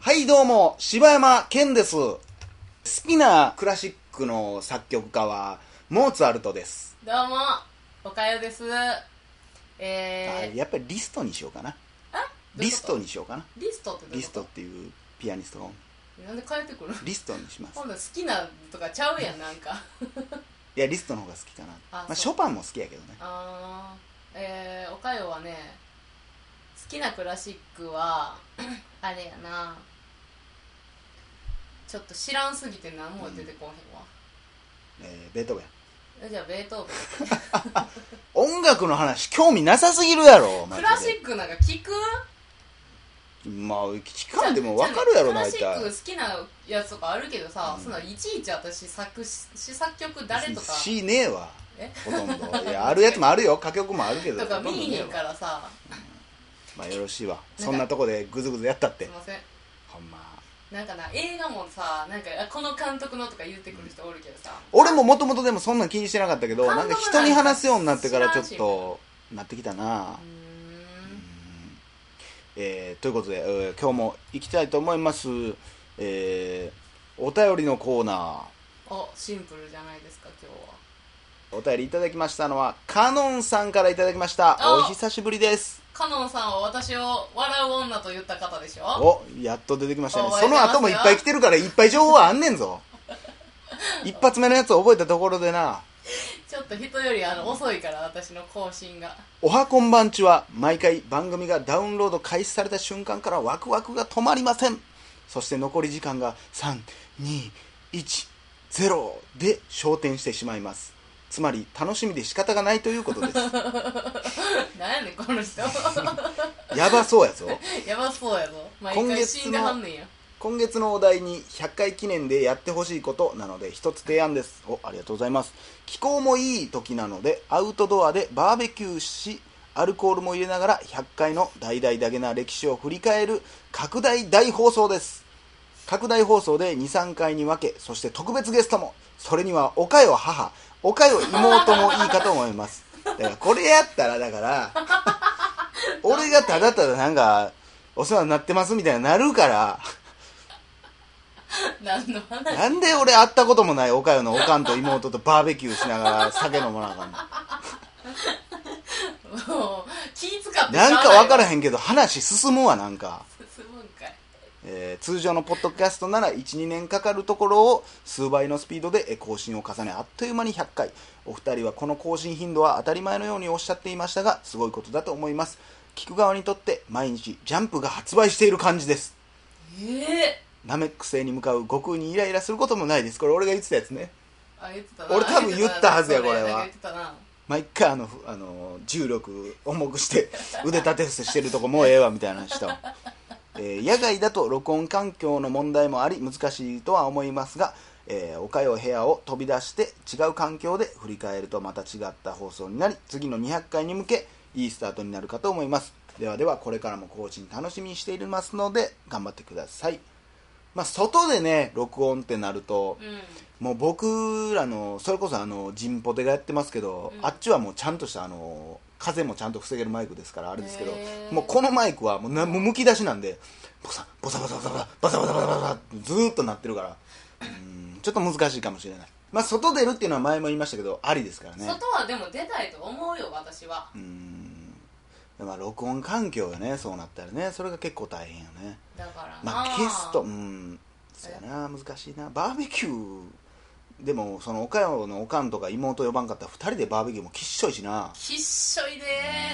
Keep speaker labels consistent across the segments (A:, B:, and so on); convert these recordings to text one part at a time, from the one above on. A: はい、どうも、柴山健です。好きなクラシックの作曲家は、モーツァルトです。
B: どうも、おかよです。え
A: あ
B: ー、
A: やっぱりリストにしようかな。
B: どうい
A: リ
B: うこと
A: ストにしようかな。
B: リストってどういう
A: リス
B: こと
A: トっていうピアニストを
B: なんで変えてくる
A: リストにします。
B: 今度好きなとかちゃうやん、なんか。
A: いや、リストの方が好きかな。
B: あ
A: ま
B: そ
A: あ、
B: う
A: ショパンも好きやけどね。
B: あー、えー、おかよはね、好きなクラシックは、 あれやな、ちょっと知らんすぎて何も出てこへ
A: えーベートーベン。
B: んわ。じゃあ、ベートーベ
A: 音楽の話、興味なさすぎるやろ、
B: ン。
A: マ
B: ク
A: ジ
B: ラシックなんか聞く
A: で。まあ、聞かんでもわかるやろ、大
B: じゃあクラ
A: 体。
B: シック好きなやつとかあるけどさ、
A: うん
B: そんないちいち私作詞詞作曲誰とか
A: しねえわ。
B: え
A: ほとんど。いや、あるやつもあるよ。歌曲もあるけど。
B: とか
A: ほと
B: 見
A: んどね
B: え
A: え
B: へ
A: わ
B: んからさ
A: まあよろしいわ
B: か
A: そんなとこでグズグズやったっ
B: すい
A: て
B: ません
A: ほんま
B: なんかな映画もさなんかあこの監督のとか言ってくる人おるけどさ
A: 俺ももともとでもそんなん気にしてなかったけど
B: 感動
A: な
B: も
A: ん
B: な
A: か
B: い
A: 人に話すようになってからちょっ
B: 知らん
A: となってきたな
B: うー、ん
A: うんえーということで、えー今日も行きたいと思いますえーお便りのコーナー
B: おシンプルじゃないですか今日
A: お便りいただきましたのはカノンさんからいただきました
B: あ
A: お久しぶりです
B: はかのんさんは私を笑う女と言った方でしょ
A: おやっと出てきましたね
B: お
A: その後もいっぱい来てるからいっぱい情報はあんねん ぞ一発目のやつ覚えたところでな
B: ちょっと人よりあの遅いから私の更新が
A: おはこんばんちは毎回番組がダウンロード開始された瞬間からワクワクが止まりませんそして残り時間が3210で焦点してしまいますつまり楽しみで仕方がないということです
B: なんやねんこ の人
A: やばそうやぞ
B: やばそうやぞ毎
A: 今
B: 回
A: 月の
B: 死んではんねんや
A: 今月のお題に100回記念でやってほしいことなので一つ提案ですおありがとうございます気候もいい時なのでアウトドアでバーベキューしアルコールも入れながら100回の大々だけな歴史を振り返る拡大大放送です拡大放送で23回に分けそして特別ゲストもそれにはおかよ母おかよ妹もいいかと思いますだからこれやったらだから俺がただただなんかお世話になってますみたいになるから
B: 何の話
A: なんで俺会ったこともないおかよのおかんと妹とバーベキューしながら酒飲まなあかんの
B: もう気使って
A: なんか分から
B: ん
A: へんけど話進むわなんか、
B: 進むんかい
A: えー通常のポッドキャストなら12年かかるところを数倍のスピードでえー更新を重ねあっという間に100回お二人はこの更新頻度は当たり前のようにおっしゃっていましたがすごいことだと思います聞く側にとって毎日ジャンプが発売している感じです
B: ええ
A: ナメック星に向かう悟空にイライラすることもないですこれ俺が言ってたやつね
B: あ言ってた
A: 俺多分言ったはずや
B: そ
A: これは
B: なんか言ってたな
A: 毎回あの、ふあの重力重くして腕立て伏せしてるとこもうええわみたいな話したわ、えー野外だと録音環境の問題もあり難しいとは思いますが、えー、おかよ部屋を飛び出して違う環境で振り返るとまた違った放送になり次の200回に向けいいスタートになるかと思いますではではこれからも更新楽しみにしていますので頑張ってくださいまあ外でね録音ってなると、
B: う
A: もう僕らのそれこそあのジンポテがやってますけど、
B: うん
A: あっちはもうちゃんとしたあの風もちゃんと防げるマイクですからあれですけど
B: へー
A: もうこのマイクはもうなもうむき出しなんでボサボサボサボサボサボサボサボサボサってずーっとなってるからうんちょっと難しいかもしれないまあ外出るっていうのは前も言いましたけどありですから
B: ん、
A: ね
B: 外はでも出たいと思うよ私は
A: うんまあ録音環境がねそうなったらねそれが結構大変よね
B: だからな
A: まあ、ゲストうんそうやな難しいなバーベキューでもその岡山のおかんとか妹呼ばんかったら2人でバーベキューもきっしょいしな
B: きっしょいで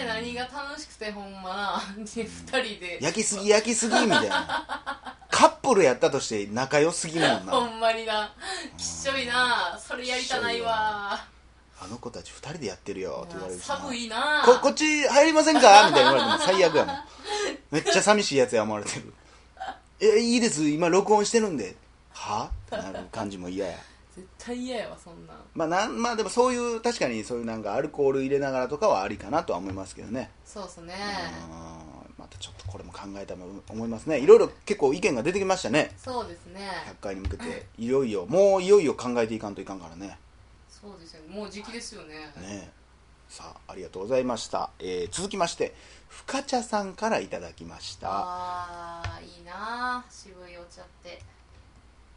B: 何が楽しくてほんまなで二人で
A: 焼きすぎ焼きすぎみたいな カップルやったとして仲良すぎるもん
B: ほ
A: なん
B: まになきっしょいなそれやりたないわ
A: あの子たち2人でやってるよって言われるしな
B: 寒いな
A: ここっち入りませんかみたいに言われても最悪やもんめっちゃ寂しいやつや思われてるえいいです今録音してるんではってなる感じも嫌や
B: 絶対嫌やわそんなん
A: まあ、なんまあでもそういう確かにそういうなんかアルコール入れながらとかはありかなとは思いますけどね、
B: そうっすね
A: うんまたちょっとこれも考えたと思いますねいろいろ結構意見が出てきましたね
B: そうですね
A: 100回に向けていよいよもういよいよ考えていかんといかんからね
B: そうですよねもう時期ですよね
A: ねさあありがとうございました、えー続きましてふかちゃさんからいただきました
B: ああーいいなー渋いお茶って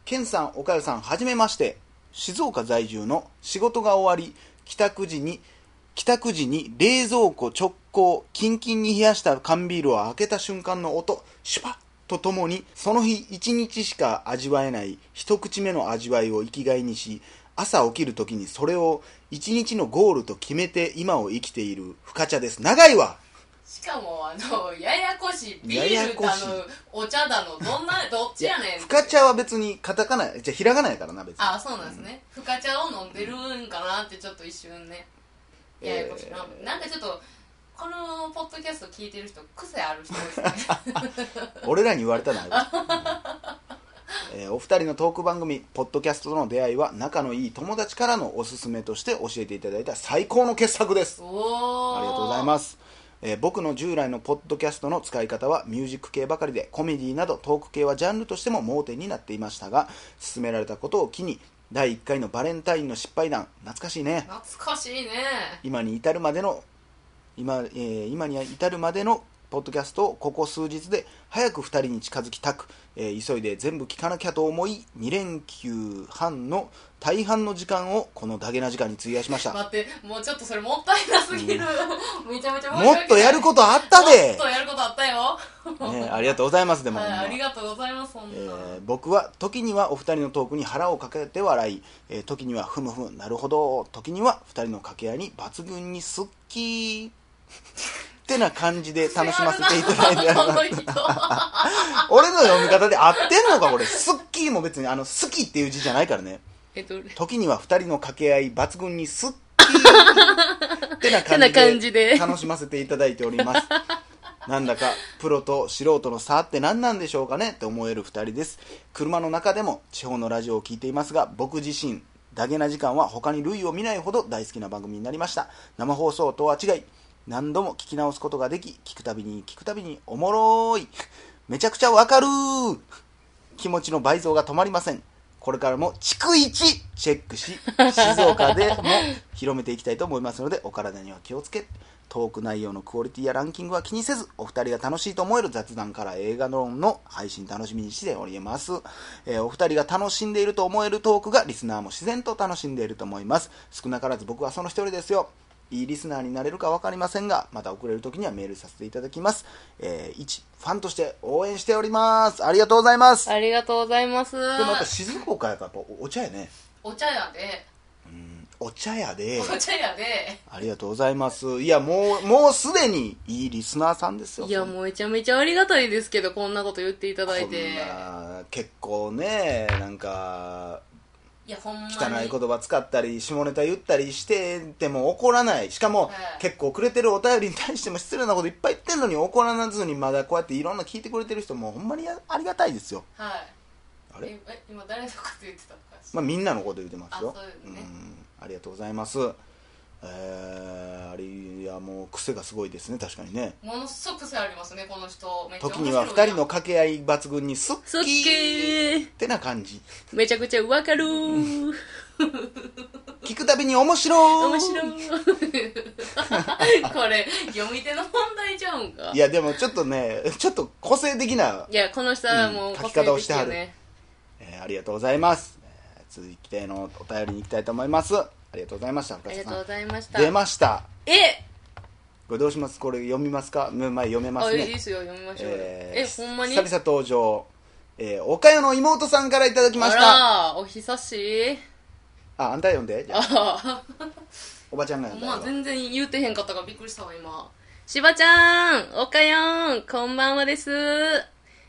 A: ケンさん岡谷さんはじめまして静岡在住の仕事が終わり帰宅時に帰宅時に冷蔵庫直行キンキンに冷やした缶ビールを開けた瞬間の音シュパッとともにその日一日しか味わえない一口目の味わいを生きがいにし朝起きる時にそれを一日のゴールと決めて今を生きている深茶です長いわ
B: しかもあのややこしいビ
A: や
B: ー
A: や
B: ル
A: こ
B: だ
A: しい
B: のお茶だのどん などっちやねん
A: 深茶は別にカタカナじゃあひらがなやからな別に
B: あそうなんですね深茶を飲んでるんかなってちょっと一瞬ね
A: えー
B: ややこしいな、なんかちょっとこのポッドキャスト聞いてる人癖ある人ですね
A: 俺らに言われたな、うんえーお二人のトーク番組「ポッドキャスト」との出会いは仲のいい友達からのおすすめとして教えていただいた最高の傑作です
B: おお
A: ありがとうございますす、えー僕の従来のポッドキャストの使い方はミュージック系ばかりでコメディなどトーク系はジャンルとしても盲点になっていましたが勧められたことを機に第1回のバレンタインの失敗談懐かしいね
B: 懐かしいね
A: 今に至るまでの今,、えー今に至るまでのポッドキャストをここ数日で早く2人に近づきたく、えー急いで全部聞かなきゃと思い2連休半の大半の時間をこのダゲな時間に費やしました
B: 待ってもうちょっとそれもったいなすぎる、めちゃめちゃ申し訳
A: も
B: ない
A: っとやることあった
B: も
A: で
B: っと、やることあったよ
A: ね、ありがとうございますでも、
B: はい、
A: ほん
B: あ
A: ま
B: りがとうございますそんな、
A: えー僕は時にはお二人のトークに腹をかけて笑い、えー時にはふむふむなるほど時には二人の掛け合いに抜群にすっきーってな感じで楽しませていただ いて
B: あの人
A: 俺の読み方で合ってんのかこれ「スッキー」も別にあの「好き」っていう字じゃないからね
B: えっと
A: 時には二人の掛け合い抜群にスッキーってな感じで
B: てな感 じで
A: 楽しませていただいており ますなんだかプロと素人の差って何なんでしょうかねって思える二人です車の中でも地方のラジオを聞いていますが僕自身ダゲな時間は他に類を見ないほど大好きな番組になりました生放送とは違い何度も聞き直すことができ聞くたびに聞くたびにおもろーいめちゃくちゃわかるー気持ちの倍増が止まりませんこれからも逐一チェックし静岡でも広めていきたいと思いますのでお体には気をつけトーク内容のクオリティやランキングは気にせずお二人が楽しいと思える雑談から映画論の配信楽しみにしております、えーお二人が楽しんでいると思えるトークがリスナーも自然と楽しんでいると思います少なからず僕はその一人ですよいいリスナーになれるか分かりませんが、また遅れる時にはメールさせていただきます。えー、一、ファンとして応援しております。ありがとうございます。
B: ありがとうございます
A: でまた静岡やからやっぱお茶やね
B: お茶屋で
A: お茶やで
B: お茶屋で
A: ありがとうございますいやもうもうすでにいいリスナーさんですよ
B: いやもうめちゃめちゃありがたいですけどこんなこと言っていただいて
A: こんな結構ねなんか
B: いやほんまに
A: 汚い言葉使ったり下ネタ言ったりしてても怒らないしかも、
B: はい
A: 結構くれてるお便りに対しても失礼なこといっぱい言ってんのに怒らずにまだこうやっていろんな聞いてくれてる人もほんまにやありがたいですよ
B: はい
A: あれ
B: ええ今誰のこと言ってたのかし
A: ま
B: ら
A: あ、みんなのこと言ってますよ
B: あそうですね
A: んありがとうございますえー、あれいやもう癖がすごいですね確かにね
B: ものすごく癖ありますねこの人めっちゃ
A: 時
B: 面白い
A: に
B: や
A: は
B: ん
A: 2人の掛け合い抜群にすっき
C: そっけ
A: ー
C: ー
A: ってな感じ
C: めちゃくちゃわかるー
A: 聞くたびに面白い
C: 面白 い
B: これ読み手の問題ちゃうんか
A: いやでもちょっとねちょっと個性的な、
C: いやこの人はも
A: う
C: うん個性
A: 書き方をして
C: 的
A: は
C: よ
A: る
C: ね
A: えーありがとうございます、えー続いてのお便りに行きたいと思いますありがとうございました
C: あ
A: 深
C: り
A: 瀬
C: が
A: さ
C: とうんございました
A: 出ました
C: え
A: これどうしますこれ読みますか前読めま
C: あ
A: す
C: いい
A: ね
C: ですよ読みましょうよ
A: え
C: え
A: ー
C: ほんまに
A: 久々登場、えー、岡谷の妹さんからいただきましたあ
C: あらお久しい
A: あんた読んでじゃあ
C: あ
A: おばちゃんが
C: あ
A: 読ん
C: まあ
A: だよ
C: 全然言うてへんかったからびっくりしたわ今しばちゃんおかよんこんばんはです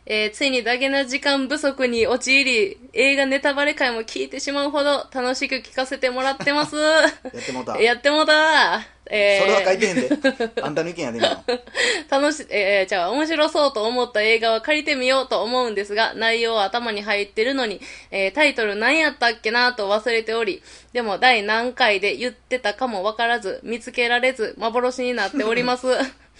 C: えーついにダゲな時間不足に陥り映画ネタバレ会も聞いてしまうほど楽しく聞かせてもらって ます
A: やってもうた、
C: やってもうたえー
A: それは書いてへん であんたの意見やで今
C: 楽し、えー、じゃあ面白そうと思った映画は借りてみようと思うんですが、内容は頭に入ってるのに、えータイトル何やったっけなと忘れており、でも第何回で言ってたかもわからず、見つけられず、幻になっております。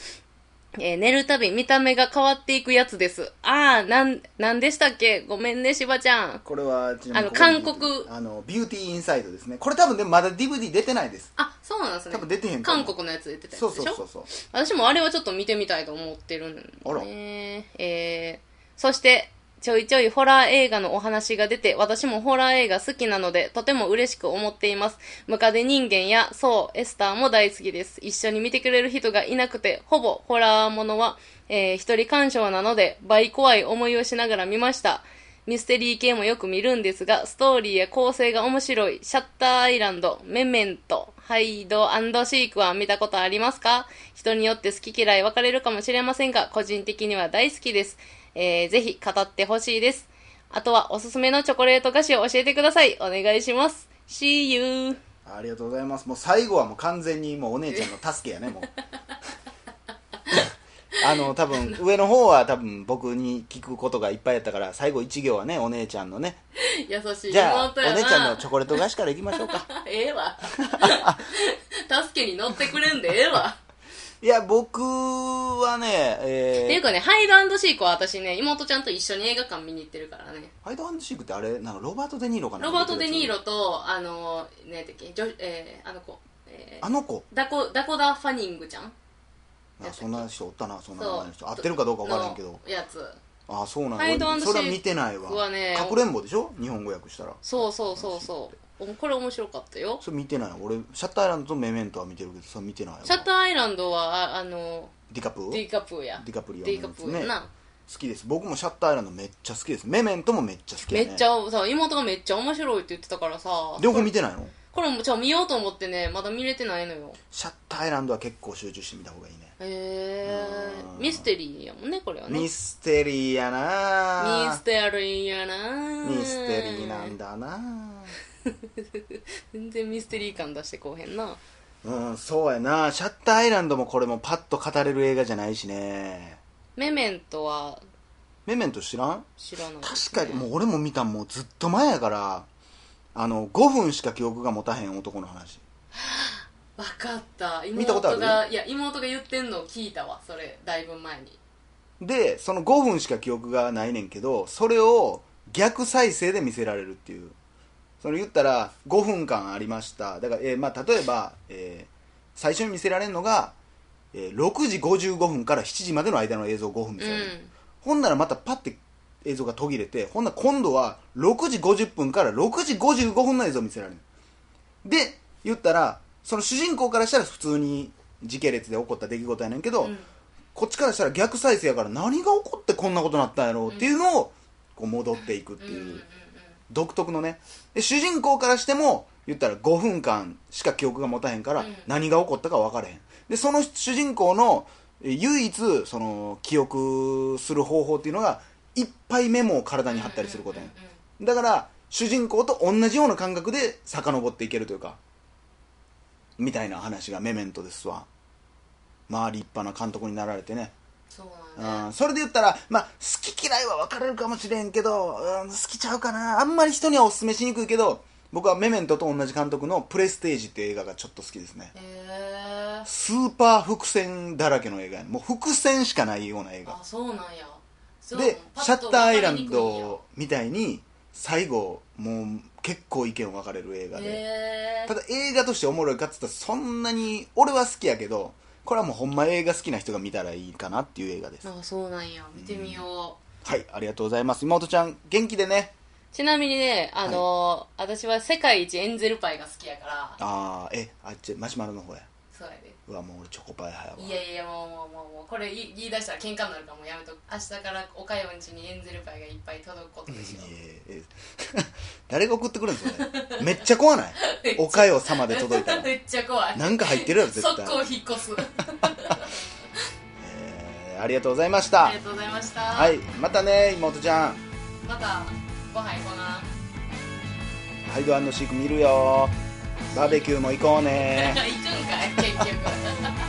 C: えー寝るたび見た目が変わっていくやつです。あー、なん、なんでしたっけごめんね、しばちゃん。
A: これはちなみに
C: あの
A: ここに
C: 韓国
A: あのビューティーインサイドですねこれ多分でもまだ DVD 出てないです
C: あ、
B: そうなんですね
A: 多分出てへんと思
B: 韓
A: う
B: 国のやつ出てたやつ
A: そう
B: でしょ
A: そうそうそう
B: 私もあれはちょっと見てみたいと思ってるんで、
A: あら
B: ねえーそして、ちょいちょいホラー映画のお話が出て、私もホラー映画好きなので、とても嬉しく思っています。ムカデ人間や、そう、エスターも大好きです。一緒に見てくれる人がいなくて、ほぼホラーものは、えー一人鑑賞なので、倍怖い思いをしながら見ました。ミステリー系もよく見るんですが、ストーリーや構成が面白い、シャッターアイランド、メメント、ハイドシークは見たことありますか人によって好き嫌い分かれるかもしれませんが、個人的には大好きです。えー、ぜひ語ってほしいです。あとはおすすめのチョコレート菓子を教えてください。お願いします。See you!
A: ありがとうございますもう最後はもう完全にもうお姉ちゃんの助けや ねもうあの多分上の方は多分僕に聞くことがいっぱいやったから最後1行はねお姉ちゃんのね
D: 優しい
A: じゃあ
D: 妹
A: お
D: やな
A: 姉ちゃんのチョコレート菓子からいきましょう か
D: ええ わ助けに乗ってくれんでええわ
A: いや僕はねえ
B: っていう
A: ー、
B: かね、ハイドシークは私ね、妹ちゃんと一緒に映画館見に行ってるからね。
A: ハイドハンドシークってあれなんかロバート・デ・ニーロかな
D: ロバート・デ・ニーロとあの何やったっけ女えーあの子、えー
A: あの子
D: ダコダコダ・ファニングちゃん
A: あそんな人おったなそんな名前
D: そ
A: の人
D: う
A: 合ってるかどうか分からへんけど
D: のやつ
A: あそうなん
B: ハイド
A: 俺
B: シーク
A: それは見てないわ
B: はね
A: かくれんぼでしょ日本語訳したら
B: そうそうそうそう。おこれ面白かったよ。
A: それ見てない俺シャッターアイランドとメメントは見てるけどそれ見てないわ
B: シャッターアイランドは、ああの、
A: ディカプー
B: ディカプーや。
A: ディカプリオの
B: デ
A: や
B: ィ
A: つ
B: カ
A: ね
B: プーやな。
A: 好きです僕もシャッターアイランドめっちゃ好きですメメントもめっちゃ好きや
B: め
A: ね
B: っちゃ、さ、妹がめっちゃ面白いって言ってたからさ、
A: 両方見てないの
B: これもじゃあ見ようと思ってね、まだ見れてないのよ。
A: シャッターアイランドは結構集中して見た方がいいね
B: へ
A: うん
B: ーミステリーやもんね、これはね。
A: ミ
B: ミス
A: ステリーやな
B: テリーやな
A: ミステリーなん。だな
B: 全然ミステリー感出してこうへんな。
A: うんそうやなシャッターアイランドもこれもパッと語れる映画じゃないしね
B: メメントは
A: メメント知らん
B: 知らない、
A: 確かにもう俺も見たんもうずっと前やからあの5分しか記憶が持たへん男の話
D: わかった
A: 見たことある
D: 妹がいや妹が言ってんのを聞いたわそれだいぶ前に
A: でその5分しか記憶がないねんけどそれを逆再生で見せられるっていうその言ったら5分間ありましただから、えーまあ、例えば、えー最初に見せられるのが、えー6時55分から7時までの間の映像5分見
B: う
A: せられる、
B: ん。
A: ほんならまたパッて映像が途切れてほんなら今度は6時50分から6時55分の映像を見せられるで言ったらその主人公からしたら普通に時系列で起こった出来事やねんけど、
D: うん
A: こっちからしたら逆再生やから何が起こってこんなことになったんやろうっていうのをこう戻っていくって
D: うんうんうん
A: いううん独特のねで主人公からしても言ったら5分間しか記憶が持たへんから
D: うん
A: 何が起こったか分からへんでその主人公のえ唯一その記憶する方法っていうのがいっぱいメモを体に貼ったりすることやねん
D: うんうんうん
A: だから主人公と同じような感覚で遡っていけるというかみたいな話がメメントですわまあ立派な監督になられてね
D: そうなん
A: う
D: だ
A: んそれで言ったら、まあ、好き嫌いは分かれるかもしれんけど、うん好きちゃうかなあんまり人にはおすすめしにくいけど僕はメメントと同じ監督の「プレステージ」っていう映画がちょっと好きですね
D: へえー、
A: スーパー伏線だらけの映画やねもう伏線しかないような映
D: あ
A: 画
D: そうなんやそう
A: で
D: パ
A: シャ
D: ッ
A: ッ
D: と
A: ターアイ
D: 分
A: ラ
D: かりに
A: ン
D: くいんや
A: ドみたいに最後もう結構意見分かれる映画で、
D: へえ
A: ただ映画としておもろいかっつったらそんなに俺は好きやけどこれはもうほんま映画好きな人が見たらいいかなっていう映画です
B: あそうなんや。
D: 見てみよ
A: はい、ありがとうございます。妹ちゃん、元気でね。
B: ちなみにね、あのー私は世界一エンゼルパイが好きやから、
A: あー、え、あっち、マシュマロの方や。
D: そうやで
A: うわ、もう俺チョコパイ派
D: い
A: やわ。
D: やいやもうもうもうもうこれ言い言い出したら喧嘩になるからもうやめとく明日からおかよんちにエンゼルパイがいっぱい届くことでしょ
A: いええ 誰が送ってくるんですかめっちゃ怖ない
D: めっちゃ
A: おかよ様で届いた ら
D: めっちゃ怖い
A: なんか入ってるやろ絶
D: 速
A: 対、
D: 攻引っ越す
A: えーありがとうございまし
D: あ
A: た
D: りがとうございました、
A: はいまたね妹ちゃん
D: またご飯行こうな
A: ハイドシーク見るよバーベキューも行こうね
D: 行くんかい結局